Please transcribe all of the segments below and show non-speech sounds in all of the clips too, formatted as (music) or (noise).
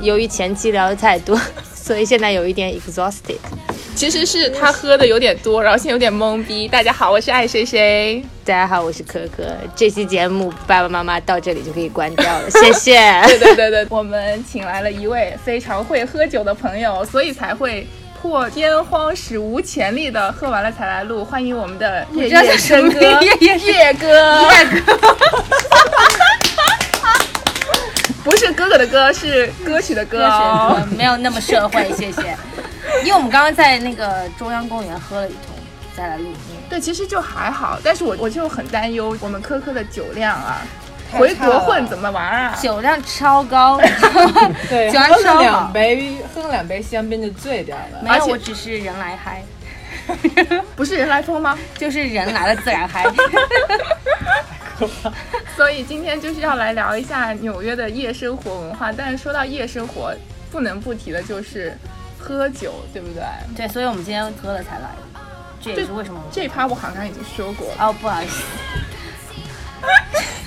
由于前期聊的太多， (laughs) 所以现在有一点 exhausted。其实是他喝的有点多，然后现在有点懵逼。大家好，我是爱谁谁。大家好，我是可可。这期节目爸爸妈妈到这里就可以关掉 (laughs) 了，谢谢。对对对对，我们请来了一位非常会喝酒的朋友，所以才会破天荒、史无前例的喝完了才来录。欢迎我们的夜夜笙歌，夜夜夜哥，夜哥。不是哥哥的歌，是歌曲的歌哦。没有那么社会，谢谢。因为我们刚刚在那个中央公园喝了一通，再来录音。对，其实就还好，但是我我就很担忧我们科科的酒量啊，回国混怎么玩啊？酒量超高，对，酒量超喝了好两。杯，喝了两杯香槟就醉掉了。没 (laughs) 而有，且我只是人来嗨，不是人来疯吗？就是人来了自然 (laughs) 嗨。所以今天就是要来聊一下纽约的夜生活文化。但是说到夜生活，不能不提的就是喝酒，对不对？对，所以我们今天喝了才来，这也是为什么我们。这一趴我好像已经说过了。哦，不好意思，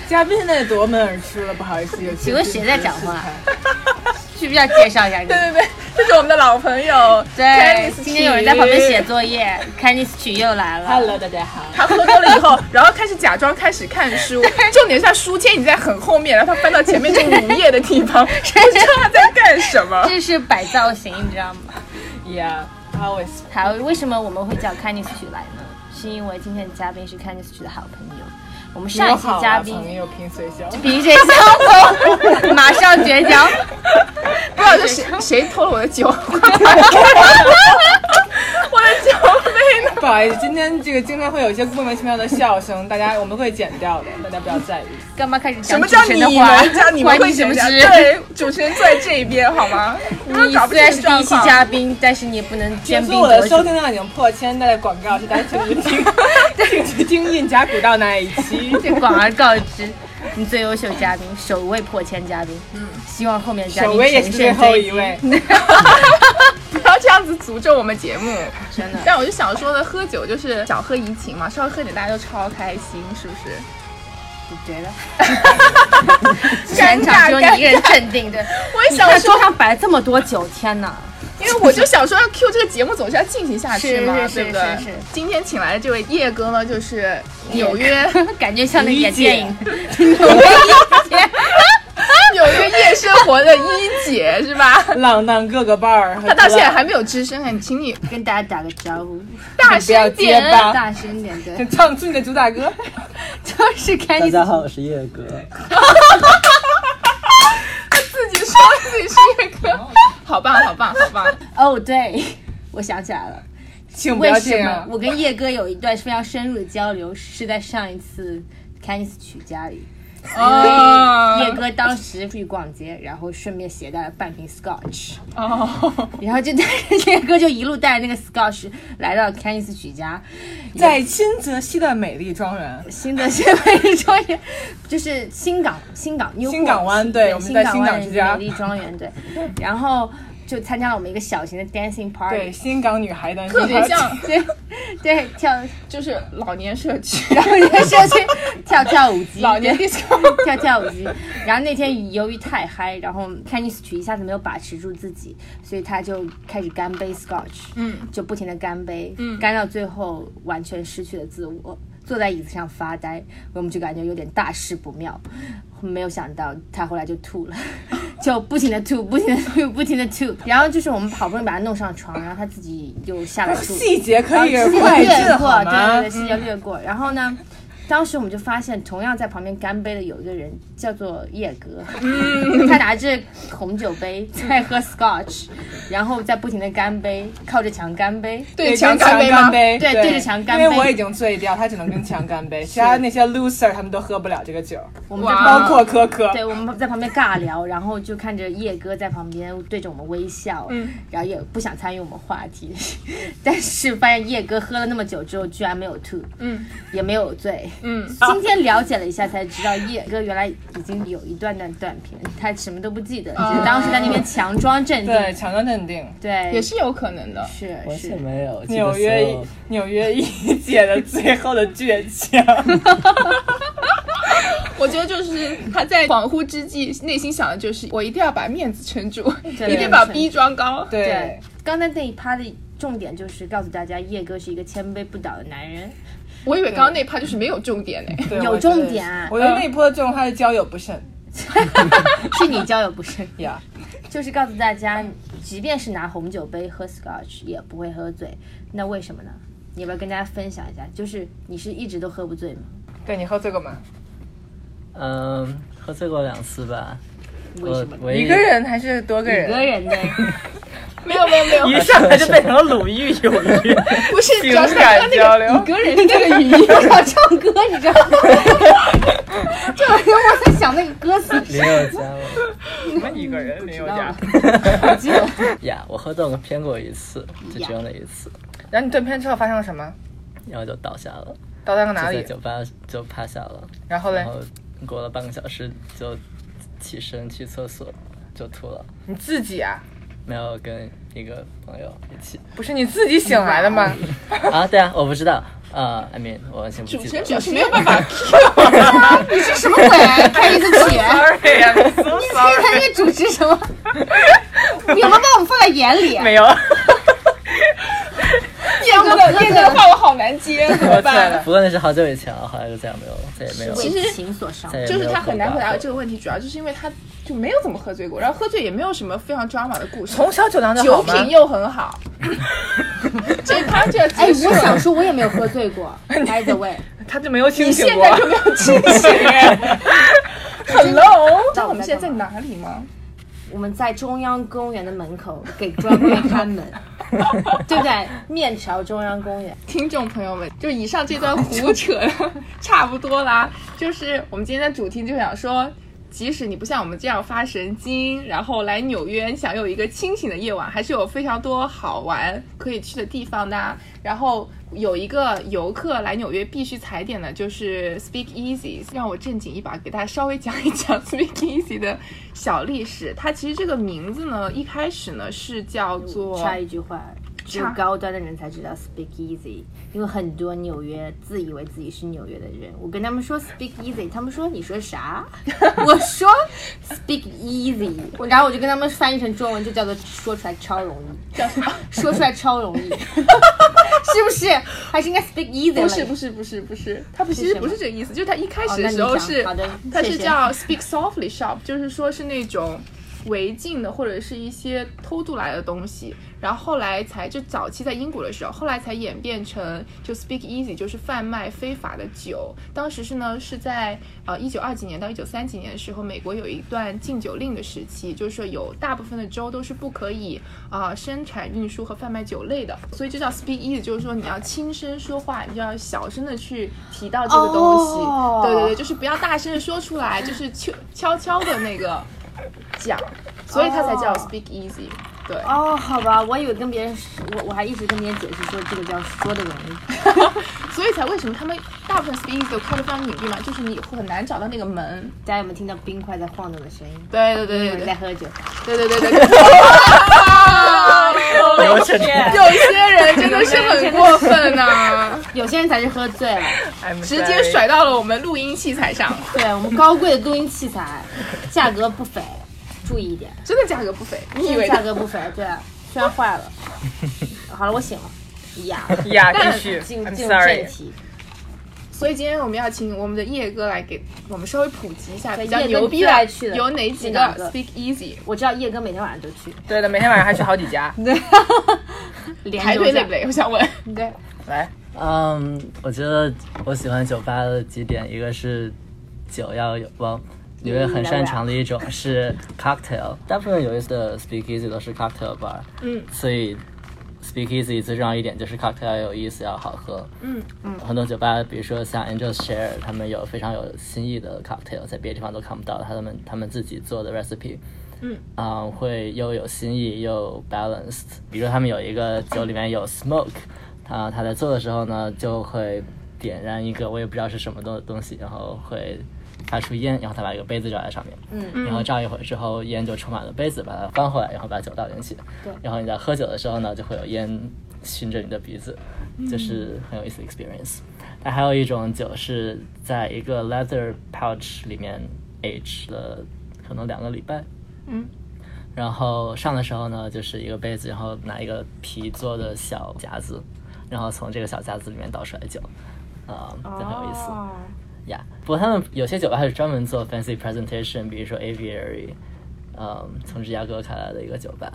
嘉宾现在夺门而出了，不好意思，有请问谁在讲话？需不需要介绍一下你对？对对，这是我们的老朋友对， Candice 今天有人在旁边曲写作 (laughs) 业 c a n d i c e 曲又来了。 ？Hello，大家好。他喝多了以后，然后开始假装开始看书，重点是他书签已经在很后面，然后他翻到前面这五页的地方，不知道他在干什么。这是摆造型，你知道吗？ Yeah，always。好，为什么我们会叫 Candice 曲来呢？是因为今天的嘉宾是 Candice 曲的好朋友，我们上一期好嘉啊，宾朋友萍水相萍水相逢，马上绝交。不知道是谁谁偷了我的酒，我的酒杯呢？不好意思，今天这个经常会有一些莫名其妙的笑声，大家我们会剪掉的，大家不要在意。 (laughs) 干嘛开始什讲么主叫持你人的们话？？叫 (laughs) 你关们会你什么怎事样？？对，主持人坐在这一边 (laughs) 好吗？不要你搞不虽然清是第一状期况。嘉宾，但是你也不能听兼说并我的得收主。听量已经破千，大家广告是大家请去听，请去听印甲古道那一期。广而告之，你最优秀嘉宾，首位破千嘉宾。嗯，希望后面嘉首宾位也是全最线后追一击。位，不要这样子诅咒我们 (laughs) 节目。真的，但我就想说的，喝酒就是小喝怡情嘛，稍微喝点大家就超开心，是不 (laughs) 是？你觉得？全场只有你一个人镇定，对。我也你想看说桌， (laughs) 上摆了这么多酒，天 (laughs) 哪！因为我就想说要 Q 这个节目总是要进行下去嘛，是是对不对？是是是今天请来的这位叶哥呢，就是纽 (laughs) 约感觉像那演理解电影，纽约一姐纽约夜生活的一姐是吧？ (laughs) 浪荡各个伴儿。她到现在还没有吱声哎，你请你跟大家打个招呼， (laughs) 大不要声结点。巴。大声点， (laughs) 对，唱出你的主打歌。就是看大你家好，我是叶哥。自己说自己是叶哥， (laughs) 好棒好棒好棒！哦，对， (laughs) 我想起来了，请不为要这什么样。我跟叶哥有一段非常深入的交流，是在上一次 Candice 曲家里。哦叶哥当时去逛街，然后顺便携带了半瓶 Scotch，哦，然后就带叶哥就一路带着那个 Scotch 来到 Candice 曲家，在新泽西的美丽庄园，新的新美庄园，就是新港新港 Newport，新港湾对我们在新新港港湾之家美丽庄园对，然后就参加了我们一个小型的 dancing 对 party，新港女孩的特别像对对跳，就是老年社区，然后也是去跳跳舞机， (laughs) 老年对 disco。 (laughs) 跳跳舞机。然后那天由于太嗨，然后 Candice 曲一下子没有把持住自己，所以他就开始干杯 Scotch，嗯，就不停的干杯，嗯，干到最后完全失去了自我，坐在椅子上发呆，我们就感觉有点大事不妙。没有想到他后来就吐了， (laughs) 就不停的吐，不停的吐，不停的吐。然后就是我们好不容易把他弄上床，然后他自己又下来吐。细节 (laughs) 可以然后快略进过，好啊对对吗对，？细节略过。然后呢，当时我们就发现，同样在旁边干杯的有一个人叫做叶哥，嗯 (laughs) 他拿着红酒杯在喝 Scotch，然后在不停的干杯，靠着墙干杯。对跟墙墙杯干吗？杯，对对着墙干杯因为我已经醉掉，他只能跟墙干杯，其他那些 loser 他们都喝不了这个酒，我们在哇旁包括科科。啊 (laughs) 对，我们在旁边尬聊，然后就看着叶哥在旁边对着我们微笑，嗯然后也不想参与我们话题，但是发现叶哥喝了那么久之后，居然没有吐，嗯，也没有醉，嗯。今天了解了一下，才知道叶哥原来已经有一段段断片，他什么都不记得，啊就是当时在那边强装镇定，对，强装镇定。对，也是有可能的，是我是是，没有记得纽所约有纽约一姐的最后的倔强，我觉得就是他在恍惚之际，内心想的就是我一定要把面子撑住，对一定把逼装高。对对，刚才那一趴的重点就是告诉大家，叶哥是一个谦卑不倒的男人。我以为刚刚那趴就是没有重点嘞。对有我觉得重点啊我觉得那一波的重点还是交友不慎是你交友不慎，呀。 (laughs) 就是告诉大家，即便是拿红酒杯喝 Scotch 也不会喝醉，那为什么呢？你要不要跟大家分享一下？就是你是一直都喝不醉吗？对你喝醉过吗？嗯，喝醉过两次吧。为什我么呢？唯一一个人还是多个一个人？啊人的，没有没有没有， (laughs) 一上来就变成了鲁豫有约，不是，主情要是他感那交个流，一 (laughs) 个人这个语音，我想唱歌，你知道吗？ (laughs) 这两天我在想那个歌词，林宥嘉吗？什么一个人林宥嘉？好记得。呀，我喝断片过一次，就只有那一次，然后你断片之后发生了什么？然后就倒下了，倒到了就哪在里？酒吧就趴下了，然后嘞然，后过了半个小时就起身去厕所就吐了，你自己啊？没有跟一个朋友一起不是你自己醒来的吗？啊，对啊，我不知道啊、i mean 我完全不记主持得人了表示没有办法，什么鬼？啊开一次起源，对 (laughs) 呀，I'm so 你 sorry，看这主持什么？ (laughs) 有没有把我们放在眼里？啊没有，燕哥的燕哥的话我好难接，怎么我醉办？了。不过那是好久以前了，后来就再也没有，再也没有，为实情所伤再。也没就有是他很难回答过这个问题，主要就是因为他就没有怎么喝醉过，然后喝醉也没有什么非常 drama 的故事，从小酒量就酒好吗？品又很 (laughs) 好。这他这哎，结束我想 (laughs) 了，说，我也没有喝醉 (laughs) 过。By 哎 the way，他就没有清你醒现过在。就没有清醒 (laughs) 哎？Hello，知道我们现在在哪里吗？我们在中央公园的门口给专柜看 (laughs) 门，对不对？面朝中央公园，听众朋友们，就以上这段胡扯 (laughs) 差不多啦。就是我们今天的主题就想说，即使你不像我们这样发神经，然后来纽约你想有一个清醒的夜晚，还是有非常多好玩可以去的地方的啊。然后有一个游客来纽约必须踩点的就是 Speak Easy，让我正经一把，给大家稍微讲一讲 (laughs) Speak Easy 的小历史。它其实这个名字呢，一开始呢是叫做插一句话。只有插高端的人才知道 Speak Easy，因为很多纽约自以为自己是纽约的人，我跟他们说 Speak Easy，他们说你说 (laughs) 啥？我说 Speak Easy，然后我就跟他们翻译成中文，就叫做说出来超容易，叫什么？说出来超容 (laughs) 易，是不是？还是应该 Speak Easy？不是了不是不是不是，它不是其实什不么是这个意思，就是它一开哦始那的你时候讲是好的，它谢是谢叫 Speak Softly Shop，就是说是那种违禁的或者是一些偷渡来的东西，然后后来才就早期在英国的时候，后来才演变成就 Speak Easy，就是贩卖非法的酒。当时是呢是在呃一九二几年到一九三几年的时候，美国有一段禁酒令的时期，就是说有大部分的州都是不可以啊、生产、运输和贩卖酒类的，所以这叫 Speak Easy，就是说你要轻声说话，你就要小声的去提到这个东西。哦对对对，就是不要大声的说出来，就是悄悄悄的那个讲，所以它才叫哦 Speak Easy。对， (laughs) 哦，好吧，我以为跟别人是，我我还一直跟别人解释说这个叫说的容易。所以才为什么他们大部分 Speak Easy 都开的非常隐蔽嘛，就是你很难找到那个门。大家有没有听到冰块在晃动的声音？对对对有对人对在喝酒。对对 (laughs) 对对对。流 (laughs) 程。有些人真的是很过分呐、有些人才是喝醉了， I'm 直接 sorry 甩到了我们录音器材上，对我们高贵的录音器材，价格不菲，注意一 (laughs) 点，真嗯的价格不菲。你以为价格不菲，对，虽然坏了。好了，我醒了，呀，呀，继续。进 I'm 进入正 sorry，题，所以今天我们要请我们的叶哥来给我们稍微普及一下对比较叶哥牛逼最爱去的有哪几是个哪个 Speak Easy，我知道叶哥每天晚上都 (laughs) 去，对的，每天晚上还去好几家。连排轴队累转不累？我想问。对，来，嗯，我觉得我喜欢酒吧的几点，一个是酒要有光。纽约很擅长的一种是 cocktail，大部分有意思的 speakeasy 都是 cocktail bar，嗯，所以 speakeasy 最重要一点就是 cocktail 要有意思，要好喝，嗯嗯，很多酒吧，比如说像 Angels Share，他们有非常有新意的 cocktail，在别的地方都看不到，他们他们自己做的 recipe，嗯，会又有新意又 balanced。比如他们有一个酒里面有 smoke，啊、他在做的时候呢，就会点燃一个我也不知道是什么东东西，然后会发出烟，然后他把一个杯子罩在上面，嗯，然后罩一会儿之后，烟就充满了杯子，把它翻回来，然后把酒倒进去，对，然后你在喝酒的时候呢，就会有烟熏着你的鼻子，就是很有意思的 experience。那还有一种酒是在一个 leather pouch 里面 age 了可能两个礼拜，嗯，然后上的时候呢，就是一个杯子，然后拿一个皮做的小夹子，然后从这个小夹子里面倒出来酒，啊、就很有意思。哦呀不过他们有些酒吧还是专门做 fancy presentation，比如说 Aviary，嗯，从芝加哥开来的一个酒吧，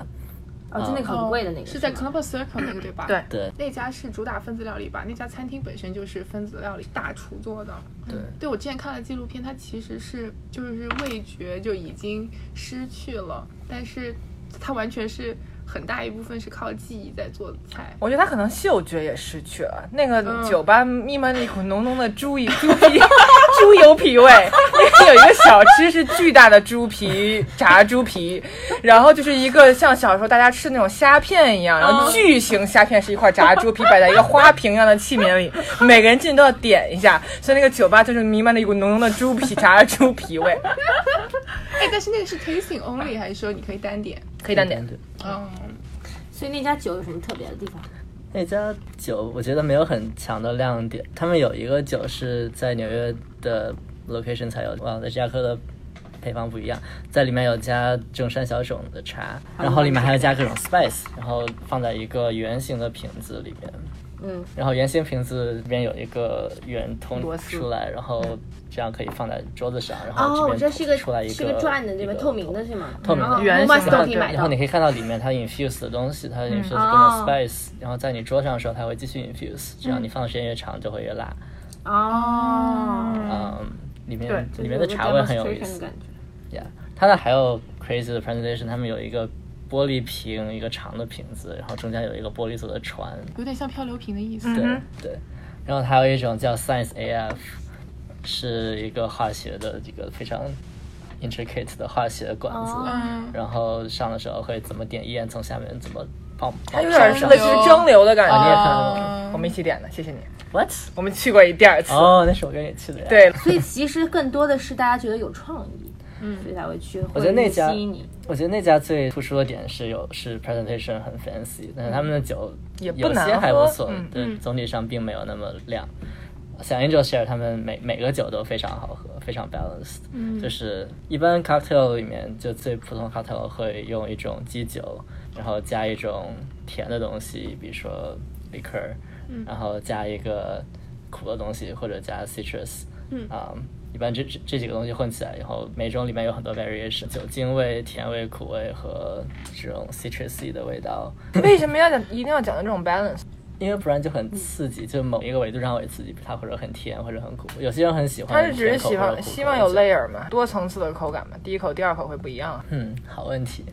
哦，就那个很贵的那个，是在吗 Club Circle 那个对吧？对对那家是主打分子料理吧？那家餐厅本身就是分子料理大厨做的。对嗯对，我之前看了纪录片，它其实是就是味觉就已经失去了，但是它完全是很大一部分是靠记忆在做 (laughs) 菜。我觉得他可能嗅觉也失去了，那个嗯酒吧弥漫着一股浓浓的猪皮 (laughs) 猪皮猪油皮味。 (laughs) 因为有一个小吃是巨大的猪皮炸猪皮，然后就是一个像小时候大家吃那种虾片一样，然后巨型虾片是一块炸猪皮摆在一个花瓶一样的器皿里， (laughs) 每个人进去都要点一下，所以那个酒吧就是弥漫着一股浓浓的猪皮炸猪皮味。哎，但是那个是 tasting only 还是说你可以单 (laughs) 点？可以单点，对。嗯，所以那家酒有什么特别的地方？那家酒我觉得没有很强的亮点，他们有一个酒是在纽约的 location 才有，哇，在芝加哥的配方不一样，在里面有加正山小种的啊茶，然后里面还要加各种 spice，然后放在一个圆形的瓶子里面，嗯，然后圆形瓶子里面有一个圆通螺丝出来，然后这样可以放在桌子上，然哦，后我啊知道这边是个出来一是个转的对吧？一个透明的是吗？透明的嗯圆，Walmart 形的都可以对买然到后你。可以看到里面它 infuse 的东西，它 infuse 各种哦嗯 spice，、然后在你桌上的时候，它会继续 infuse，这样你放的时间越长就会越辣。哦，嗯，里面就是里面的有个茶味很有 demonstration 意思的。感觉。 Yeah，它那还有 crazy 的 presentation，他们有一个玻璃瓶，一个长的瓶子，然后中间有一个玻璃做的船。有点像漂流瓶的意思。嗯对、对，然后还有一种叫 science AF，是一个化学的这个非常 intricate 的化学管子。哦嗯，然后上的时候会怎么点烟，从下面怎么放，它它有点是啊类似于蒸馏的感你也觉。哦看到了吗我们一起点的，谢谢你。 ？What？我们去过一第二次，哦，那是我跟你去的呀。，对，所以其实更多的是大家觉得有创意，嗯，所以才会去，我觉得那会家吸引你。我觉得那家最突出的点是有是 presentation 很 fancy，但是他们的酒也不有难些还喝不错，嗯对，总体上并没有那么亮。像 Angel Share 他们每每个酒都非常好喝，非常 balanced。嗯，就是一般 cocktail 里面就最普通 cocktail 会用一种基酒，然后加一种甜的东西，比如说 liquor，、然嗯后加一个苦的东西或者加 citrus。嗯啊。一般这这这几个东西混起来以后，每种里面有很多 variation，酒精味、甜味、苦味和这种 citrusy 的味道， (laughs) 为什么要讲一定要讲究这种 balance？因为不然就很刺激，就某一个维度上会刺激它，或者很甜，或者很苦。有些人很喜他欢是只是甜口或希者苦口望的希望有酒 layer 嘛，多层次的口感嘛，第一口、第二口会不一样。嗯，好问题。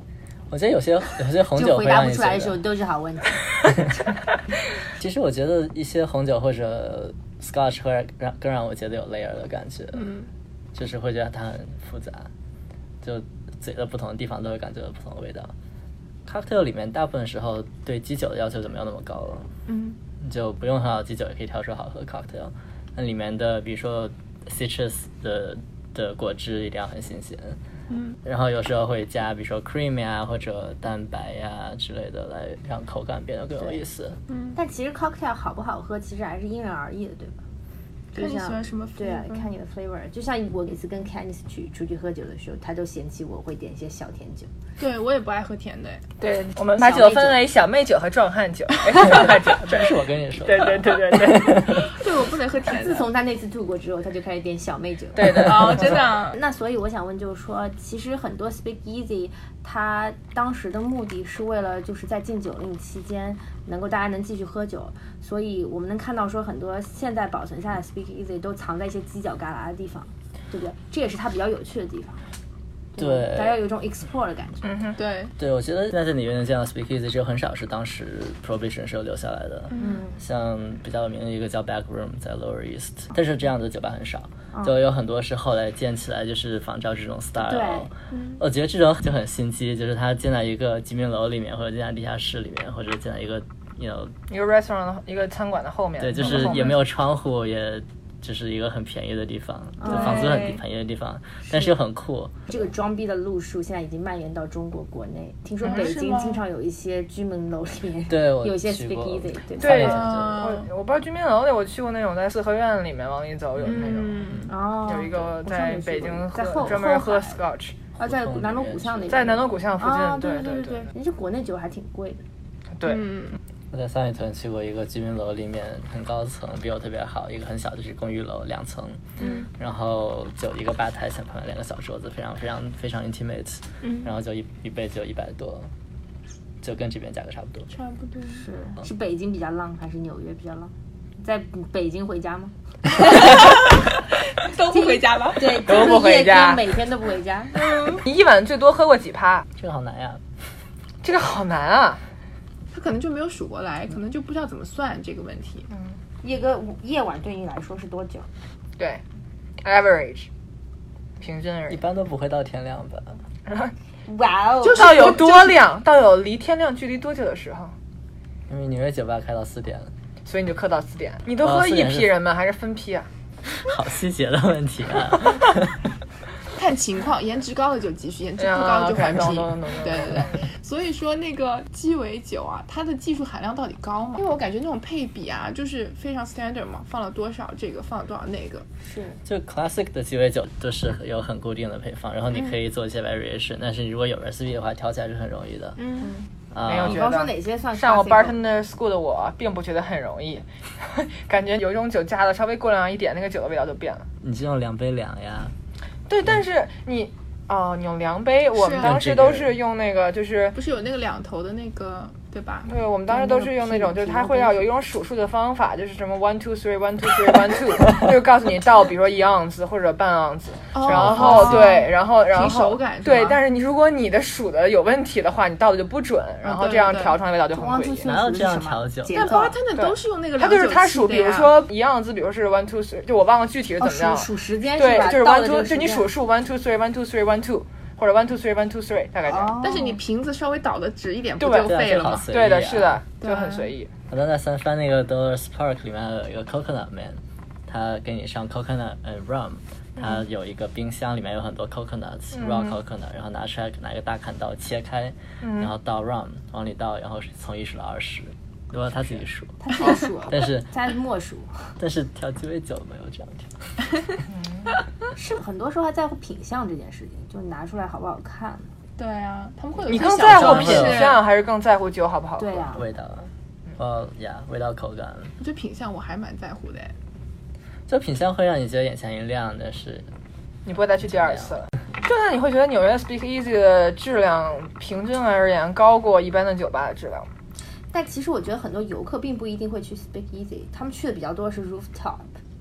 我觉得有些有些红就酒回会答让不你出觉来的时候得，都是好问题。其实我觉得一些红酒或者 Scotch 会让更让我觉得有 layer 的感觉，嗯，就是会觉得它很复杂，就嘴的不同的地方都会感觉到不同的味道。cocktail 里面大部分时候对基酒的要求就没有那么高了，嗯，你就不用很好的基酒也可以调出好喝的 cocktail。那里面的比如说 citrus 的的果汁一定要很新鲜，嗯，然后有时候会加比如说 cream 呀、或者蛋白呀、之类的来让口感变得更有意思。嗯但其实 cocktail 好不好喝，其实还是因人而异的，对吧？就看你像喜欢什么对啊 flavor，看你的 flavor。就像我每次跟 Candice 去出去喝酒的时候，他都嫌弃我会点一些小甜酒。对我也不爱喝甜的。哎对，我们把酒分为小妹酒和壮汉酒， (laughs) 哎壮汉酒，这是我跟你说的 (laughs) 对，对对对对对对，我不能喝甜的。自从他那次吐过之后，他就开始点小妹酒。对的。 (laughs) 哦，真的啊，那所以我想问，就是说，其实很多 Speak Easy，它当时的目的是为了就是在禁酒令期间，能够大家能继续喝酒，所以我们能看到说很多现在保存下的 Speak Easy 都藏在一些犄角旮旯的地方，对不对？这也是它比较有趣的地方，对大家有一种 explore 的感觉。嗯对，对，我觉得在这里面见到 speakeasy 只有很少是当时 prohibition 时候留下来的。嗯，像比较有名的一个叫 Back Room 在 Lower East，但是这样的酒吧很少，就有很多是后来建起来就是仿照这种 style。对我觉得这种就很心机，就是它建在一个居民楼里面，或者建在地下室里面，或者建在一个 you know 一个 restaurant 的一个餐馆的后面，对，就是也没有窗户，也就是一个很便宜的地方，就房租很低便宜的地方，但是又很酷。这个装逼的路数现在已经蔓延到中国国内，听嗯说北京吗经常有一些居民楼里面，对，我有一些去过 speakeasy，对吧看了一下啊对我不知道居民楼里，我去过那种在四合院里面往里走有的那种，嗯，哦，有一个我上在次去北过京在喝后专门喝后海 Scotch，啊，在南锣鼓巷那边，在南锣鼓巷附啊，近，对对对对对，人家国内酒还挺贵的，对，嗯，我在三里屯去过一个居民楼，里面很高层，比我特别好，一个很小就是公寓楼，两层，嗯，然后就一个吧台，前旁边两个小桌子，非常非常非常 intimate，嗯，然后就一一杯就一百多，就跟这边价格差不多。差不多。是是北京比较浪还是纽约比较浪？在北京回家吗？都不回家了。对，都不回家这个夜店每天都不回家。你一晚最多喝过几趴？这个好难呀，这个好难啊！他可能就没有数过来，可能就不知道怎么算这个问题。叶哥， (laughs) 夜晚对你来说是多久？对，average，平均而一已。般都不会到天亮吧？哇哦，到有多亮，到有离天亮距离多久的时候，因为纽约酒吧开到四点，所以你就刻到四点。你都哦喝四一点是批人吗？还是分批啊？好细节的问题啊。 (laughs) 看情况，颜值高的就继续，颜值哎呀不高的就 OK，环懂评懂懂懂。对对对，所以说那个鸡尾酒啊，它的技术含量到底高吗？因为我感觉那种配比啊，就是非常 standard 嘛，放了多少这个，放了多少那个。就 classic 的鸡尾酒就是有很固定的配方，然后你可以做一些 variation，、但是如果有 recipe 的话，调起来是很容易的。嗯，啊、没有比觉方得说哪些算上过 classical？ bartender school 的我，并不觉得很容易， (laughs) 感觉有一种酒加的稍微过量一点，那个酒的味道就变了。你就用两杯两呀，对，但是你哦，你用量杯，我们当时用这个都是啊用那个，就是不是有那个两头的那个，对吧？对，我们当时都是用那种，那个就是平它平会要有一种数数的方法，就是什么 one two three one two three one (laughs) two，就是告诉你到，比如说一盎司或者半盎司，哦然后哦对，然后然后凭手感是对吗，但是你如果你的数的有问题的话，你倒的就不准，然后对这样对调出来的味道就很汪诡苏异。泷哪有属于这样什么调酒节但奏 bartender 都是用那个他两就九是七他数，比如说一样字，比如是 one two three，就我忘了具体是哦怎么样数数了。时间对，吧？就是到了这 one two，个就时你间数数 one two three one two three one two，或者 one two three one two three，大概这样。哦但是你瓶子稍微倒的直一点，不对就对啊，废就了好吗？随意、啊。对的，是的，对就很随意。我当时在三藩那个 Dollar Spark 里面有一个 Coconut Man，他给你上 Coconut and Rum，他有一个冰箱里面有很多 coconuts、raw 嗯 coconut，然后拿出来拿一个大砍刀切开，嗯然后倒 rum 往里倒，然后是从一数到二十，如果他自己数，他自己数， (laughs) 但是他默数，但是调鸡尾酒没有这样调。是很多时候还在乎品相这件事情，就拿出来好不好看。对啊，他们会有你一个更小在乎装品饰相还是更在乎酒好不好喝？对啊呀、味道，呃呀，味道口感，我觉得品相我还蛮在乎的哎。就品相会让你觉得眼前一亮，但是你不会再去第二次了。就算你会觉得纽约 Speak Easy 的质量平均而言高过一般的酒吧的质量，但其实我觉得很多游客并不一定会去 Speak Easy，他们去的比较多是 Rooftop。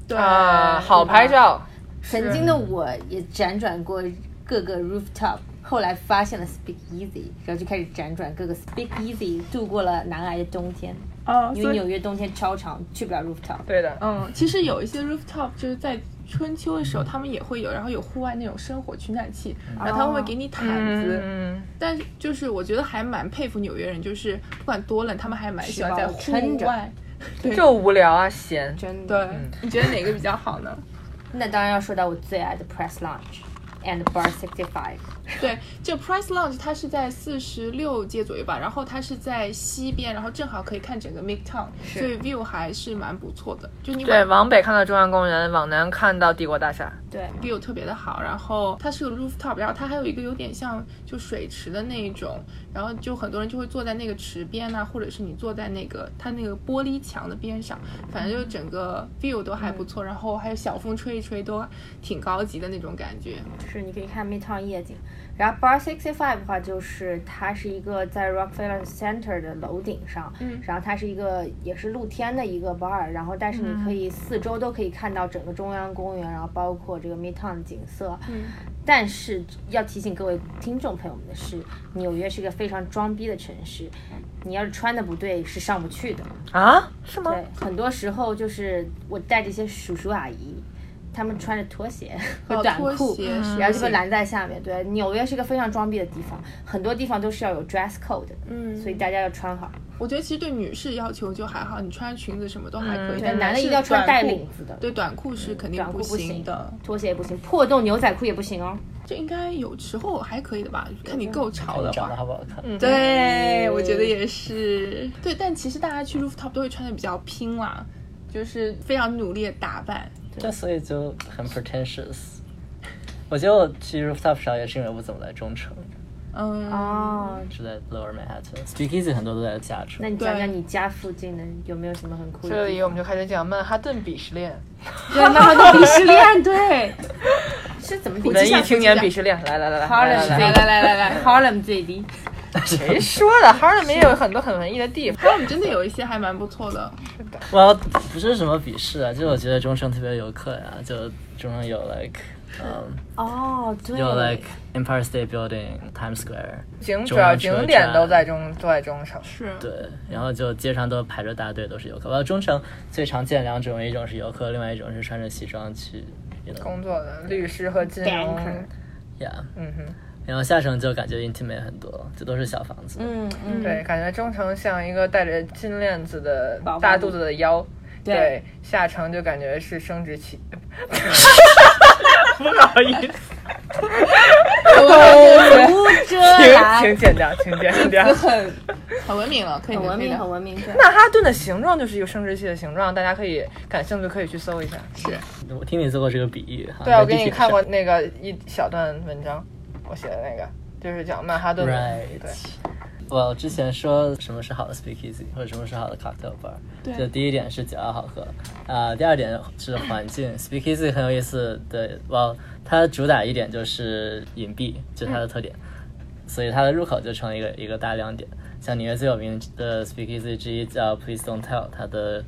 对啊，好拍照，曾经的我也辗转过各个 Rooftop，后来发现了 Speak Easy，然后就开始辗转各个 Speak Easy，度过了难挨的冬天。哦，因所为以纽约冬天超长，去不了 Rooftop。对的。嗯，其实有一些 rooftop 就是在春秋的时候，他们也会有，然后有户外那种生火取暖器，然后他们会给你毯子。嗯，但是就是我觉得还蛮佩服纽约人，就是不管多冷，他们还蛮喜欢在户撑着外。对就无聊啊，闲。真的。对，嗯你觉得哪个比较好呢？那当然要说到我最爱的 Press Lounge and Bar Sixty Five。 (laughs) 对，这 Price Lounge 它是在四十六街左右吧，然后它是在西边，然后正好可以看整个 Midtown，所以 view 还是蛮不错的。就你对，晚往北看到中央公园，往南看到帝国大厦。对， view 特别的好，然后它是个 rooftop，然后它还有一个有点像就水池的那一种，然后就很多人就会坐在那个池边呐、或者是你坐在那个它那个玻璃墙的边上，反正就整个 view 都还不错，然后还有小风吹一吹都挺高级的那种感觉。就是你可以看 Midtown 夜景。然后 Bar Sixty Five 的话，就是它是一个在 Rockefeller Center 的楼顶上，嗯，然后它是一个也是露天的一个 bar，然后但是你可以四周都可以看到整个中央公园，然后包括这个 Midtown 的景色。嗯，但是要提醒各位听众朋友们的是，纽约是一个非常装逼的城市，你要是穿的不对是上不去的。啊？是吗？对，很多时候就是我带着一些叔叔阿姨，他们穿着拖鞋哦和短拖裤，鞋是然后就被拦在下面。对，纽约是个非常装逼的地方，很多地方都是要有 dress code 的，嗯所以大家要穿好。我觉得其实对女士要求就还好，你穿裙子什么都还可嗯以，对，但男的一定要士穿短带裤领子的，嗯对，短裤是肯定短裤不行行的，拖鞋也不行，破洞牛仔裤也不行哦。这应该有时候还可以的吧，看你够潮的长得话。好不好看？嗯对，我觉得也是。对，但其实大家去 rooftop 都会穿的比较拼啦，就是非常努力的打扮。这所以就很 pretentious。我觉得我去 rooftop 上也是因为我不怎么来中城，嗯，哦，是在 Lower Manhattan。Speakeasy 很多都在下那城。 (laughs) 你讲对讲你家附近的有没有什么很酷的地这方？里我们就开始讲曼哈顿鄙视链，对，蛮好的鄙视链，对，是怎么鄙文视艺青年鄙视链，来来来来来来 Harlem 来最来，来来来来 Harlem 最低，谁说的？哈尔滨也有很多很文艺的地方。我们真的有一些还蛮不错的。我不是什么鄙视啊，就我觉得中城特别游客呀、就中城有 like，嗯、哦，对，有 like Empire State Building、Times Square，景主中要央车景点都站在中都在中城，是，对，然后就街上都排着大队，都是游客。完了，中城最常见两种，一种是游客，另外一种是穿着西装去 you know，工作的律师和金融， Banker yeah。嗯哼，然后下城就感觉 intimate 很多，这都是小房子。嗯嗯，对，感觉中城像一个带着金链子的宝宝大肚子的腰，对对，下城就感觉是生殖 (laughs) 器， (laughs) 苦遮拦，请请剪掉，请剪掉。很很文明了，可以的很文可 (laughs) 以明，的很文明，对， (laughs) 曼哈顿的形状就是一个生殖器的形状，大家可以感兴趣可以去搜一下。我听你做过这个比喻哈。对啊，在我给地你铁看上过。那个一小段文章，我写的那个，就是讲曼哈顿的。 Right 对，我之前说什么是好的 speakeasy 或者什么是好的 cocktail bar，对就第一点是酒要好喝，啊、第二点是环境。speakeasy 很有意思的，哇，它主打一点就是隐蔽，就嗯是它的特点，所以它的入口就成了一个一个大亮点。像纽约最有名的 speakeasy 之一叫 Please Don't Tell，它的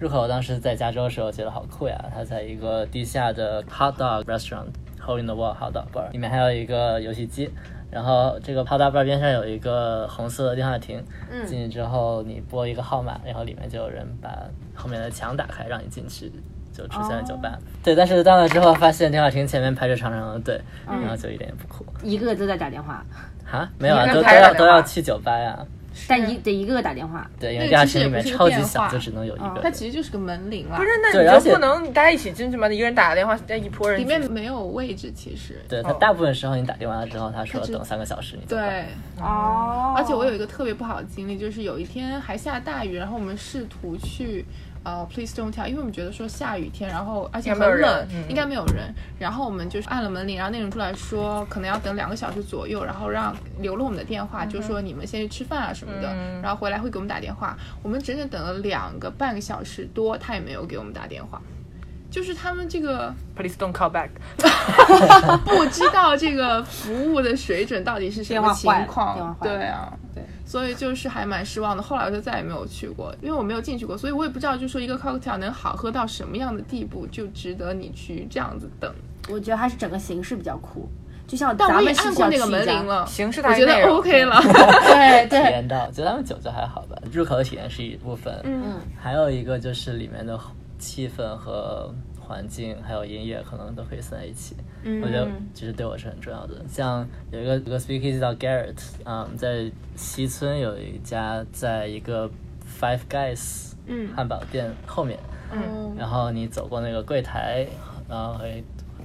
入口当时在加州的时候觉得好酷呀，它在一个地下的 hot dog restaurant hole in the wall hot dog bar，里面还有一个游戏机，然后这个 hot dog bar 边上有一个红色的电话亭，嗯进去之后你拨一个号码，然后里面就有人把后面的墙打开让你进去。就出现了酒哦吧对，但是到了之后发现电话亭前面排着长长的队，嗯然后就一点也不酷一个个都在打电话，哈，没有啊，你跟都都排着打要都电话要去酒吧呀，但一得一个个打电话，对，因为那电话其实亭也里不面是个超级电小，话哦就只能有一个它人。其实就是个门铃啦不，是，对那而你就且不能大家一起进去吗？一个人打个电话，带一拨人里进去。面没有位置，其实。对他哦大部分时候你打电话之后，他说他只等三个小时你走吧。对，哦而且我有一个特别不好的经历，就是有一天还下大雨，然后我们试图去呃 Please Don't Tell，因为我们觉得说下雨天，然后而且应该没有很冷人嗯，应该没有人。然后我们就是按了门铃，然后那人出来说可能要等两个小时左右，然后让留了我们的电话，就说你们先去吃饭啊什么的，嗯然后回来会给我们打电话。我们整整等了两个半个小时多，他也没有给我们打电话。就是他们这个 Please don't call back。不知道这个服务的水准到底是什么情电话坏了电话况，坏了对啊，对，所以就是还蛮失望的。后来我就再也没有去过，因为我没有进去过，所以我也不知道，就说一个 cocktail 能好喝到什么样的地步，就值得你去这样子等。我觉得还是整个形式比较酷，就像但我咱也们是按需过要那个去一门家铃，了，形式大我于觉内得容。 OK (laughs) 了。对体对，验到，觉得他们酒就还好吧，入口的体验是一部分，嗯，还有一个就是里面的气氛和环境，还有音乐可能都可以算在一起。嗯，我觉得其实对我是很重要的。像有一个有个 speakeasy 叫 Garrett，嗯，在西村有一家，在一个 Five Guys 汉堡店后面，嗯，然后你走过那个柜台，然后会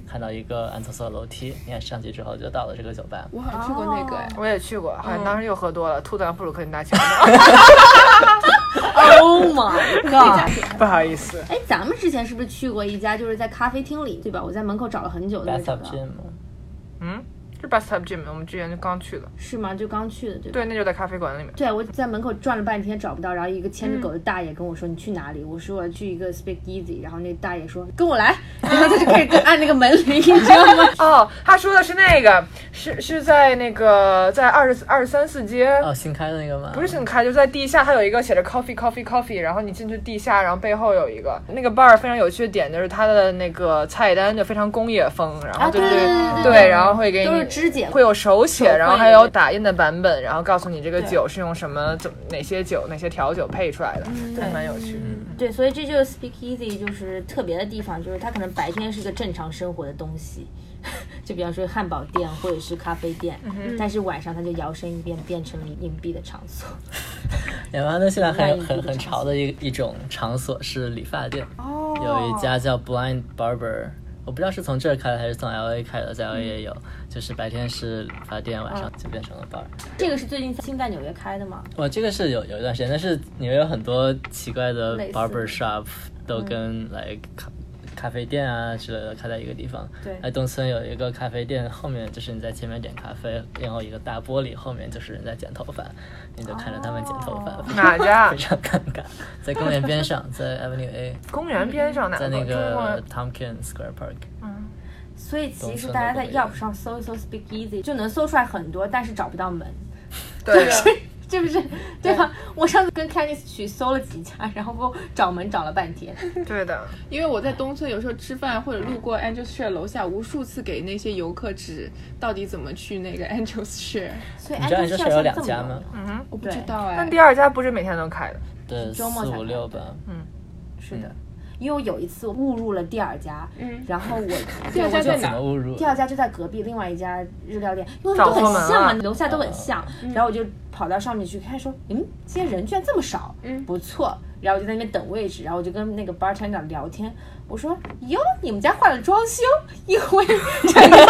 看到一个暗搓搓的楼梯，你看上去之后就到了这个酒吧。我好像去过那个哎， (laughs) 我也去过，好像当时又喝多了，吐在布鲁克林大 (laughs) 桥上。 Oh (laughs) my god！不好意思，哎，咱们之前是不是去过一家，就是在咖啡厅里，对吧？我在门口找了很久都没 Bathtub 找到， Gym 吗嗯，是 Bathtub Gym，我们之前就刚去的。是吗？就刚去的，对吧？对，那就在咖啡馆里面。对，我在门口转了半天找不到，然后一个牵着狗的大爷跟我说：“你去哪里？”我说：“我去一个 Speak Easy。”然后那大爷说：“跟我来。”然后他就开始按那个门铃，你知道 (laughs) 吗？哦，他说的是那个，是是在那个在二十二十三四街。哦，新开的那个吗？不是新开，就在地下，它有一个写着 coffee coffee coffee，然后你进去地下，然后背后有一个那个 bar 非常有趣的点，就是它的那个菜单就非常工业风，然后就是、啊对对对对对对，然后会给都是你肢解会有手写，绘然后还有打印的版本，然后告诉你这个酒是用什么怎么哪些酒哪些调酒配出来的，还蛮有趣。嗯对，所以这就是 speakeasy 就是特别的地方，就是它可能白天是个正常生活的东西， (laughs) 就比方说汉堡店或者是咖啡店，但是晚上它就摇身一变变成了隐蔽的场所。两湾呢，现在外很语很的场很潮的一一种场所是理发店，哦有一家叫 Blind Barber，我不知道是从这儿开的还是从 LA 开的，在 LA 也有，就是白天是理发店，晚上就变成了 bar。这个是最近新在纽约开的吗？我这个是有有一段时间，但是纽约有很多奇怪的类似 barber shop 都跟来咖咖啡店啊之类的开在一个地方。对来哎东村有一个咖啡店，后面就是你在前面点咖啡，然后一个大玻璃，后面就是人在剪头发，你就看着他们剪头发，哦哪家 (laughs) (laughs) 非？常尴尬。在公园边上，在 Avenue (laughs) A，公园边上哪嗯在个？那中国个 Tompkins Square Park。所以其实懂大家在深的懂 Yelp 上搜一搜 speakeasy 就能搜出来很多，但是找不到门。对， (laughs) 是不是？对吧？我上次跟 Candice 去搜了几家，然后找门找了半天。对的，因为我在东村有时候吃饭或者路过 Angel Share 楼下，无数次给那些游客指到底怎么去那个 (laughs) Angel Share，所以哎你知道你 Angel 这 Share 是有现在两这么嗯家有吗名？我不知对道哎但。第二家不是每天都开的，对，四周末才开五嗯六吧。是的，因为我有一次误入了第二家，嗯然后我 (laughs) 第二家我就在怎哪么？误入？第二家就在隔壁另外一家日料店，因为都很找错门了像嘛，楼下都很像。然后我就跑到上面去看，说，嗯，今天人居然这么少，嗯不错。然后我就在那边等位置，然后我就跟那个 bartender 聊天，我说，哟，你们家换了装修，因为整个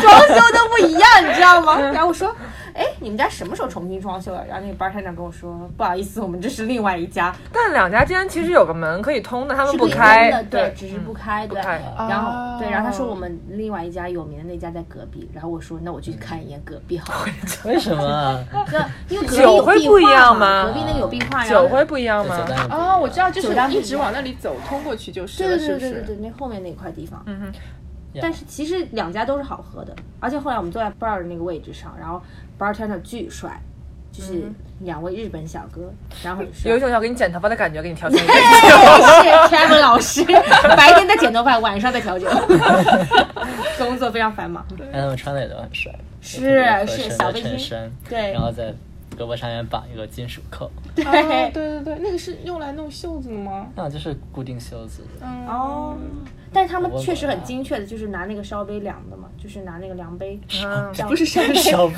装修都不一样，你知道吗？然后我说，哎，你们家什么时候重新装修了？然后那个 bartender 跟我说，不好意思，我们这是另外一家，但两家之间其实有个门可以通的，他们是不可以分开的，对，对，嗯只是不开，对。开然后对，然后他说哦我们另外一家有名的那家在隔壁，然后我说那我去嗯看一眼隔壁好了，为什么 (laughs) 啊？ (laughs) 那因为隔壁酒有会壁不一画样嘛吗隔壁那个有壁画，然后酒会不一样对吗酒？单也不一哦，样我知道，就是酒单你一直往那里走，通过去就是对了，对是对不对对是？对，那后面那块地方。嗯哼但是其实两家都是好喝的，而且后来我们坐在 bar 的那个位置上，然后 bartender 巨帅，就是两位日本小哥，然后很帅嗯 (laughs) 有一。种要给你剪头发的感觉，给你调成一个。是 Kevin 老师，白天在剪头发，晚上在 (laughs) 调酒，工作非常繁忙。哎但他们穿的也都很帅，是有特别合是身的小背衬心衫，对然后在胳膊上面绑一个金属扣，啊对对对，那个是用来弄袖子的吗？那就是固定袖子的。嗯哦，但是他们我问啊确实过很他精确的，就是拿那个烧杯量的嘛，就是拿那个量杯，嗯这样不是扇贝，小背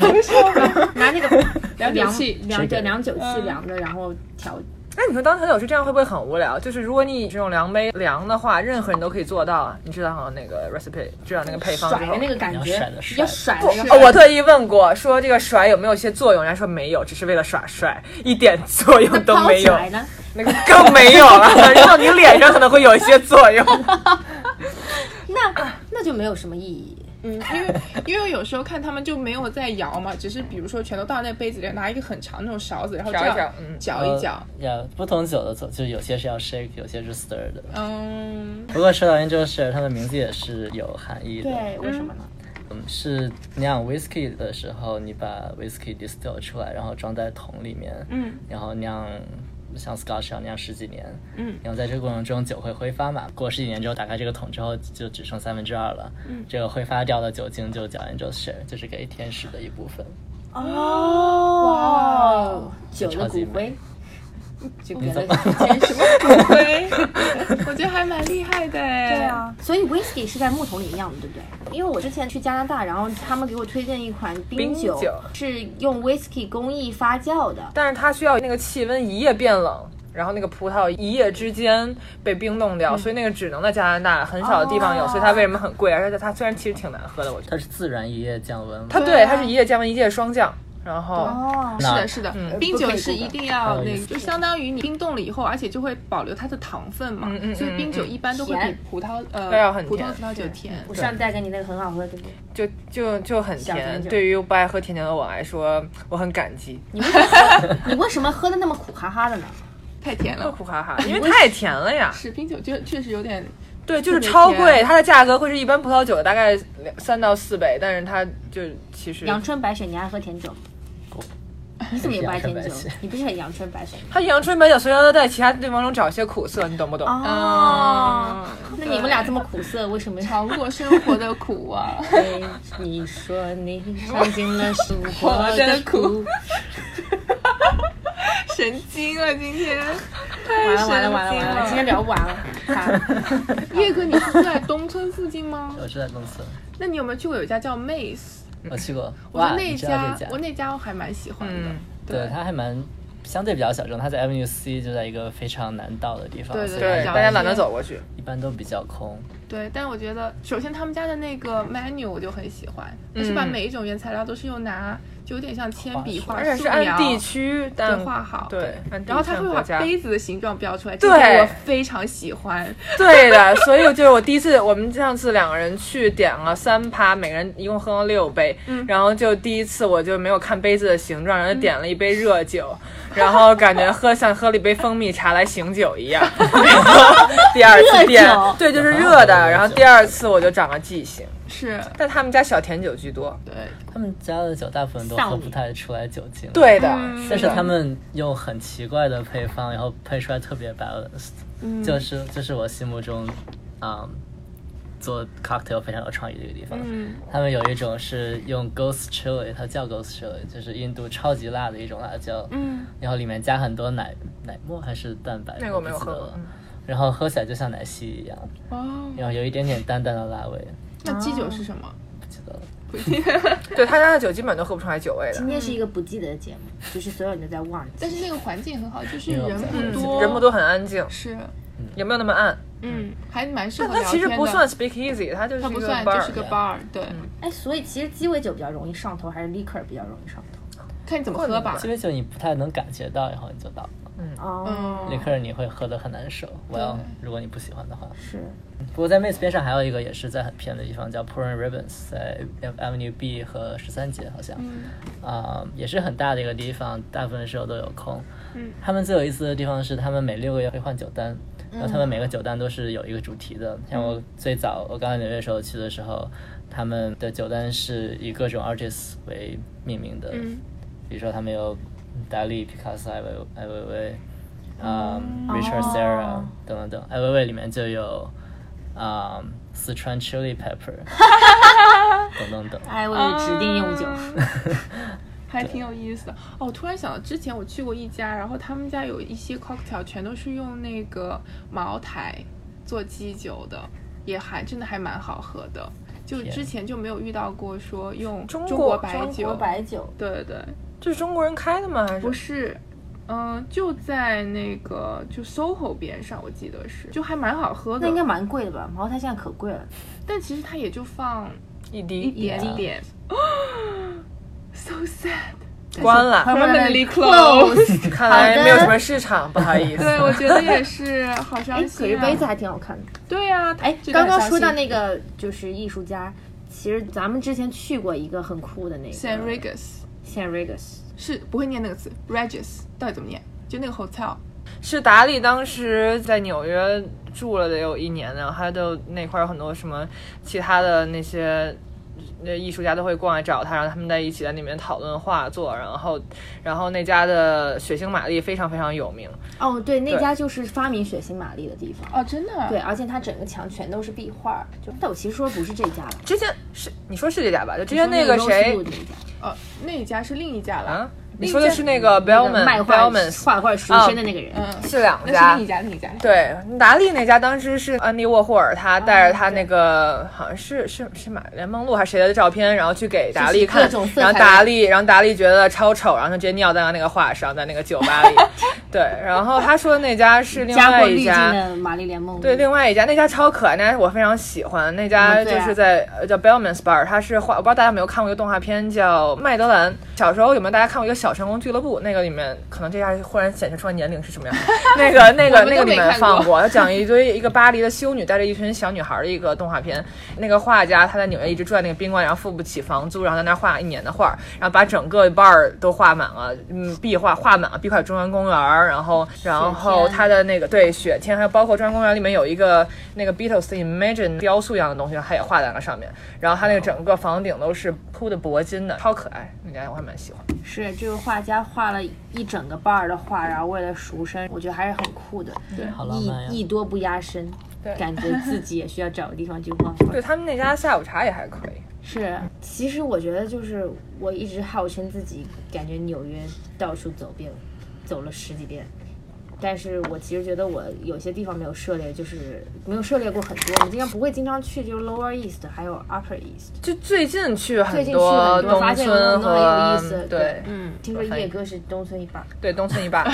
(laughs) 拿 (laughs) 那个量酒器量这对个量酒器量的，然后调。那你说当调酒师这样会不会很无聊？就是如果你只用量杯量的话，任何人都可以做到啊。你知道好像那个 recipe，知道那个配方之甩后的。那个感你要觉甩得，比较帅甩的那哦，个我特意问过，说这个甩有没有一些作用？人家说没有，只是为了耍帅，一点作用都抛没 (laughs) 起有，来 (laughs) 呢，那个更没有了。然后你脸上可能会有一些作用。那那就没有什么意义。嗯，因为因为有时候看他们就没有在摇嘛，只是比如说全都倒那杯子里，拿一个很长那种勺子，然后这搅样一搅嗯搅哦一搅，呃呀，不同酒的做，就有些是要 shake，有些是 stir 的。嗯，不过说到 Angel Share，它的名字也是有含义的。对，为什么呢？嗯，是酿 whisky 的时候，你把 whisky distill 出来，然后装在桶里面，嗯，然后酿像 Scotch 要酿十几年，嗯，然后在这个过程中酒会挥发嘛，过十几年之后打开这个桶之后，就只剩三分之二了，嗯，这个挥发掉的酒精就叫 Angel Share，就是给天使的一部分。哦，酒的超级骨美灰，就给你了怎么天使。 (laughs) 对，我觉得还蛮厉害的哎。对，啊，所以 whisky 是在木桶里酿的，对不对？因为我之前去加拿大，然后他们给我推荐一款冰酒，酒是用 whisky 工艺发酵的。但是它需要那个气温一夜变冷，然后那个葡萄一夜之间被冰冻掉，所以那个只能在加拿大很少的地方有，哦所以它为什么很贵？而且它虽然其实挺难喝的，我觉得它是自然一夜降温嘛，它对它是一夜降温一夜霜降，然后哦，是的，是的，冰酒是一定要啊不可以那不个，就相当于你冰冻了以后，而且就会保留它的糖分嘛嗯嗯，嗯所以冰酒一般都会比甜葡萄呃对啊很普通甜葡萄酒甜。我上次带给你那个很好喝，对不对？就就就很小甜甜。酒对于不爱喝甜酒的我来说，我很感激，你为什么喝 (laughs) 你为什么喝的那么苦哈哈的呢？太甜了。苦哈哈，因为太甜了呀。 (laughs) 是冰酒确确实有点，对，就是特别超甜贵，它的价格会是一般葡萄酒的大概两三到四倍，但是它就其实阳春白雪，你爱喝甜酒吗？你怎么也不爱甜不酒是阳春白雪？你不是很阳春白雪吗？它阳春白酒随时都在其他地方中找一些苦涩，你懂不懂？哦，那你们俩这么苦涩，为什么？尝过生活的苦啊。对 (laughs) 你说你尝尽了生活真的的苦苦，神经了今天。完了完了完了完了，今天聊不完了。好叶哥，你是住在东村附近吗？我是在东村， (laughs) 那你有没有去过有一家叫 Maze？我去过，我觉哇，得那你知道家这家我？那家我还蛮喜欢的嗯。对，它还蛮相对比较小众，它在 Avenue C 就在一个非常难到的地方，对对所以对，它大家懒得走过去。一般都比较空。对，但我觉得首先他们家的那个 menu 我就很喜欢，就是把嗯每一种原材料都是用拿，就有点像铅笔画画素而描，且是按地区对但画好。对，按地区然后他按会国把家杯子的形状标出来，这个对我非常喜欢。 (laughs) 对的，所以就是我第一次，我们上次两个人去点了三趴，每个人一共喝了六杯，然后就第一次我就没有看杯子的形状，然后就点了一杯热酒，然后感觉喝像喝了一杯蜂蜜茶来醒酒一样。然后第二次点热酒，对，就是热的。然后第二次我就长了记性，是，但他们家小甜酒居多。对，他们家的酒大部分都丧喝礼不太出来酒精，，对的，但是他们用很奇怪的配方，然后配出来特别 balanced，、就是嗯嗯就是我心目中，嗯，做 cocktail 非常有创意的一个地方。嗯他们有一种是用 ghost chili，它叫 ghost chili，就是印度超级辣的一种辣椒，嗯，然后里面加很多奶奶沫还是蛋白，那个我没有不记得喝过了嗯然后喝起来就像奶昔一样，哦，然后有一点点淡淡的辣味，那基酒是什么？不记得了。对他家的酒基本都喝不出来酒味的今。天是一个不记得的节目，就是所有人都在忘记但。是那个环境很好，就是没有人嗯不多，人不，多，很安静，是，也没有那么暗。嗯，还蛮适但合它聊其天实的。不算 speak easy，它就是它一不个算， bar 就是个 bar，对，嗯哎，所以其实鸡尾酒比较容易上头，还是 liquor 比较容易上头？看你怎么喝吧鸡。尾酒你不太能感觉到，然后你就倒了。哦，那嗯，客人你会喝得很难受。我要如果你不喜欢的话，是不过在 Mace 边上还有一个也是在很偏的地方叫 p o r a n Ribbons，在 Avenue B 和十三街好像，啊、也是很大的一个地方，大部分时候都有空。嗯，他们最有意思的地方是他们每六个月会换酒单，然后他们每个酒单都是有一个主题的。像我最早我刚来纽约的时候去的时候，他们的酒单是以各种 artist 为命名的，嗯比如说他们有达利、皮卡斯、艾薇艾薇薇，啊、Richard Serra 等等等。艾薇薇里面就有啊、四川 Chili Pepper 等等等。艾薇薇哎指定用酒，还挺有意思的。哦，我突然想到，之前我去过一家，然后他们家有一些 cocktail 全都是用那个茅台做基酒的，也还真的还蛮好喝的。就天之前就没有遇到过说用中中国国白中酒国，白 (laughs) 酒。对对，这是中国人开的吗？还不是是，嗯、就在那个就 SOHO 边上，我记得是，就还蛮好喝那的。应该蛮贵的吧？茅台现在可 (laughs) 贵了，但其实它也就放一一滴点点点。so sad，关了？ permanently (laughs) closed。看来好的没有什么市场，不好意思。对，我觉得也是，好伤哎，可心是啊。杯子还挺好看的。对呀、啊，哎，这个刚很刚伤说到心那个就是艺术家，其实咱们之前去过一个很酷的那个 San Regis San Regis，是不会念那个词，Regis 到底怎么念？就那个 hotel，是达利当时在纽约住了得有一年呢，他就那块儿有很多什么其他的那些。那艺术家都会过来找他，然后他们在一起在里面讨论画作，然后，然后那家的血腥玛丽非常非常有名，哦，对，那家就是发明血腥玛丽的地方。哦，真的，对，，而且它整个墙全都是壁画，就但我其实说不是这家吧，之前是你说是这家吧？就之就前那个谁那家哦，那一家是另一家了，啊，你另一说的家是那个那个 Bellman 哦卖画 Bellman 画画赎身的那个人，嗯，是两那家是另一，家，另一家，对，达利那家当时是呃安迪沃霍尔，他哦带着他那个、好像是是是马莲梦露还是谁的照片，然后去给达利看各种，色彩然后达利，然后达利觉得超丑，然后就直接尿在了那个画上，在那个酒 (laughs) 吧里。对，然后他说那家是另加外过一滤镜家。的玛丽莲梦露。对，另外一家那家超可爱，那家我非常喜欢。那家嗯对就啊是在、呃叫 Bellman's Bar，它是画，我不知道大家有没有看过一个动画片叫《麦德兰》。小时候有没有大家看过一个《小成功俱乐部》？那个里面可能这下忽然显示出来年龄是什么样。那个 (laughs) 那个我们都那个里没面看过放过，它讲一堆一个巴黎的修女带着一群小女孩儿的一个动画片。那个画家他在纽约一直住在那个宾馆，然后付不起房租，然后在那儿画一年的画，然后把整个呃 bar 都画满了，嗯，壁画画满了，壁画有中央公园儿，然后然后他的那个对雪天，还有包括中央公园里面有一个那个 Beatles 的 Imagine 雕塑一样的东西，他也画在那上面。然后他那个整个房顶都是铺的铂金的，超可爱，那家我还蛮喜欢。是这个画家画了一整个半儿的画，然后为了赎身，我觉得还是很酷的。对，好浪漫呀艺艺多不压身，感觉 (laughs) 自己也需要找个地方去画画。对他们那家下午茶也还可以。是，其实我觉得就是我一直号称自己感觉纽约到处走遍，走了十几遍，但是我其实觉得我有些地方没有涉猎，就是没有涉猎过很多。我们经常不会经常去，就是 Lower East 还有 Upper East。就最近去最很近去多很多，东发现哦村很多有意和思。对，嗯，听说叶哥是东村一霸。对东村一 (laughs) 霸。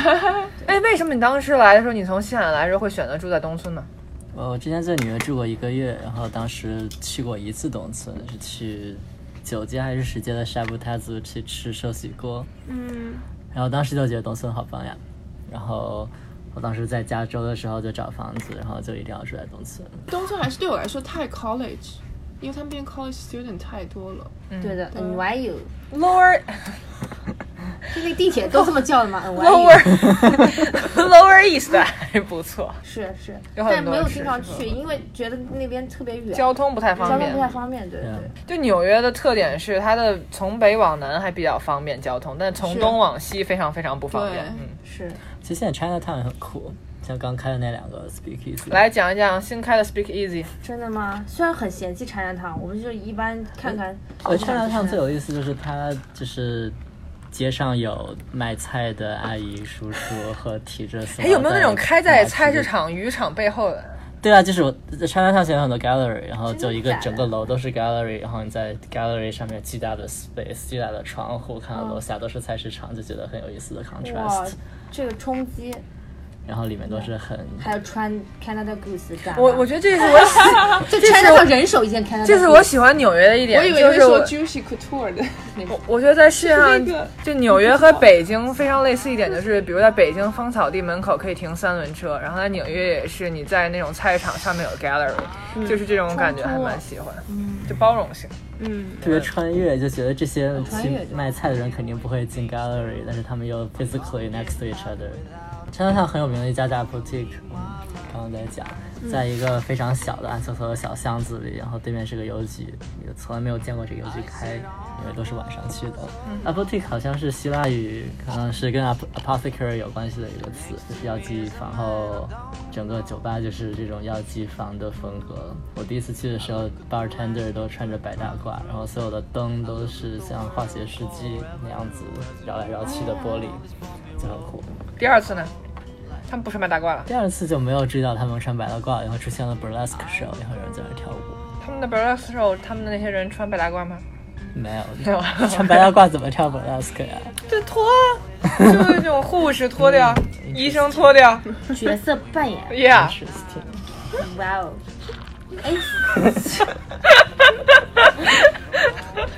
哎，为什么你当时来的时候，你从西海岸来的时候会选择住在东村呢？我之前在纽约住过一个月，然后当时去过一次东村，是去九街还是十街的沙布泰族去吃寿喜锅。嗯，然后当时就觉得东村好棒呀，然后我当时在加州的时候就找房子，然后就一定要住在东村。东村还是对我来说太 college，因为他们变 college student 太多了。嗯对的，NYU 啊 Lower 就那地铁都这么叫的吗？NYU Lower (laughs) Lower East 还不错， (laughs) 是是，有很但多没有是经常是去，因为觉得那边特别远，交通不太交方通便不。太方便。对对嗯对，就纽约的特点是，它的从北往南还比较方便交通，但从是东往西非常非常不方便。对嗯，是其实现在 China Town 很酷，像刚开的那两个 Speakeasy。来讲一讲新开的 Speak Easy，真的吗？虽然很嫌弃茶园堂，我们就一般看看。我觉得那趟最有意思就是他就是街上有卖菜的阿姨、叔叔和提着塑料哎，有没有那种袋开在拿菜市着场、渔场背后的？对啊，就是我 China Town 现在有很多 gallery，然后就一个真的假的整个楼都是 gallery，然后你在 gallery 上面巨大的 space、巨大的窗户，看到嗯楼下都是菜市场，就觉得很有意思的哇 contrast。，这个冲击，然后里面都是很还有穿 Canada Goose 的大啊妈，我我觉得这是我喜，这 Canada 堂人手一件 Canada，这是 Goose 我喜欢纽约的一点，我以为就会是说我 juicy couture (laughs) 的那种。我觉得在世界是那个上，就纽约和北京非常类似一点，就是比如在北京芳草地门口可以停三轮车，然后在纽约也是你在那种菜市场上面有 gallery，就是这种感觉还蛮喜欢，就包容性。特别穿越，就觉得这些去越对卖菜的人肯定不会进 gallery，但是他们又 physically next to each other。China Town 很有名的一家叫 boutique，嗯刚刚在讲，在一个非常小的暗搓搓的小巷子里，然后对面是个邮局，也从来没有见过这个邮局开，因为都是晚上去的。a boutique 好像是希腊语，可能是跟 ap- apothecary 有关系的一个词，就是药剂房。然后整个酒吧就是这种药剂房的风格。我第一次去的时候，bartender 都穿着白大褂，然后所有的灯都是像化学试剂那样子绕来绕去的玻璃，就很酷。第二次呢，他们不是卖大褂了，第二次就没有注意到他们穿白大褂，然后出现了 burlesque show，然后有人在那儿跳舞。他们的 b u r l e s 时候，他们的那些人穿白大褂吗？没没有有，穿白大褂怎么跳 (laughs) burlesque 呀、就脱啊，就是那种护士脱掉，医生脱掉角色扮演， ，Yeah。 Interesting 哇 (laughs) 哦，哎，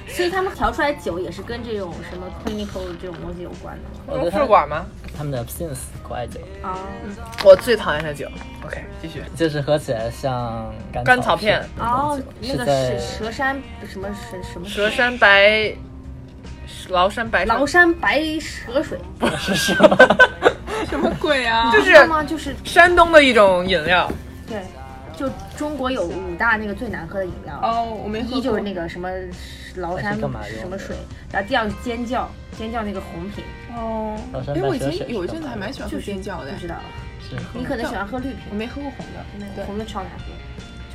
所以他们调出来酒也是跟这种什么 clinical 这种东西有关的吗？我觉得试他管吗？他们的 absinthe 国外酒啊，我最讨厌的酒。OK，继续。就是喝起来像甘甘草片那哦种，酒那是个是在蛇山什么什什么蛇山白，崂山白，崂山白蛇水， (laughs) 是什么？什么鬼啊？就你知道是吗？就是山东的一种饮料。对，就中国有五大那个最难喝的饮料， (laughs) 哦，我没喝过。一就是那个什么崂山那是干嘛用的什么水，然后第二个尖叫，尖叫那个红瓶，哦老，山哎，我以白蛇前水有一是阵子干嘛还蛮喜欢就喝是尖叫的不，知道，是你可能喜欢喝绿瓶我，没喝过红的。对红的超难喝，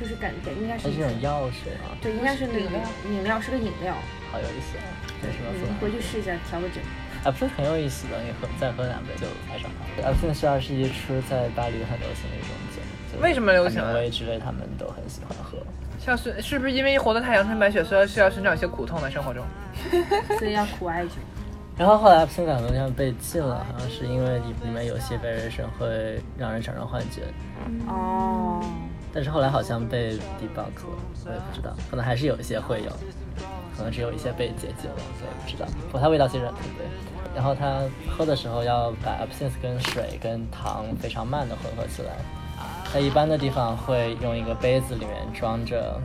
就是感觉应该是它是这种药水啊，对，应该是那饮个料饮料是个饮料，好有意思啊！这是什么你风格回去试一下调个 (laughs) 整。啊，不是很有意思的，你喝再喝两杯就爱上它了。啊，现在是二十一出在巴黎很流行的一种酒，为什么流行啊啊？威之类他们都很喜欢喝。像是是不是因为活得太阳春白雪，所以需要寻找一些苦痛在生活中？所以要苦艾酒。然后后来现在很多地方被禁了，好像是因为里面有些白人神会让人产生幻觉，嗯哦，但是后来好像被 debunk 了，我也不知道，可能还是有一些会有，可能只有一些被解禁了，我也不知道。不过它味道其实很特别。然后它喝的时候要把 absinthe 跟水跟糖非常慢的混合起来，在一般的地方会用一个杯子里面装着，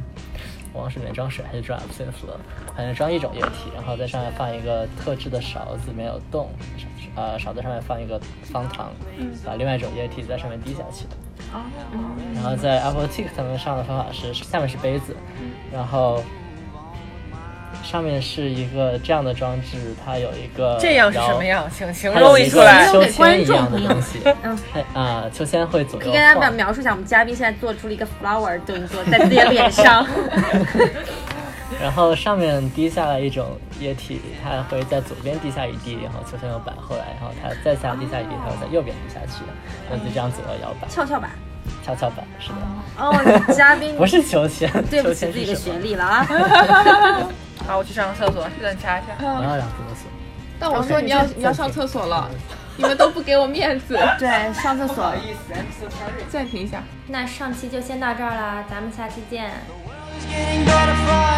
我忘了是里面装水还是装 absinthe 了，反正装一种液体，然后在上面放一个特制的勺子，没有洞，呃，勺子上面放一个方糖，把另外一种液体在上面滴下去。然后在 Apple t i k 他们上的方法是下面是杯子，然后上面是一个这样的装置，它有一个这样是什么摇？样？请形它有容一一出个来。秋千一样的 (laughs) 东西，嗯它啊，秋千会左可以右跟大家 (laughs) 晃， (laughs) 描述一下，我们嘉宾现在做出了一个 flower 动作在自己的脸上，然后上面滴下来一种液体，它会在左边滴下一滴，然后球形摇摆后来，然后它再下滴下一滴，它会在右边滴下去，然后就这样左右摇 (laughs) 摆，跷跷板。跷跷板是的，哦，嘉宾，不是球鞋，对不球起鞋自己是的什学么？历了啊。好，我去上个厕所，去等你查一下。我要两个锁。但我 (laughs) 说你要你要上厕所了，你们都不给我面子， (laughs) 对，上厕所。暂停一下。那上期就先到这儿啦，咱们下期见。 getting better for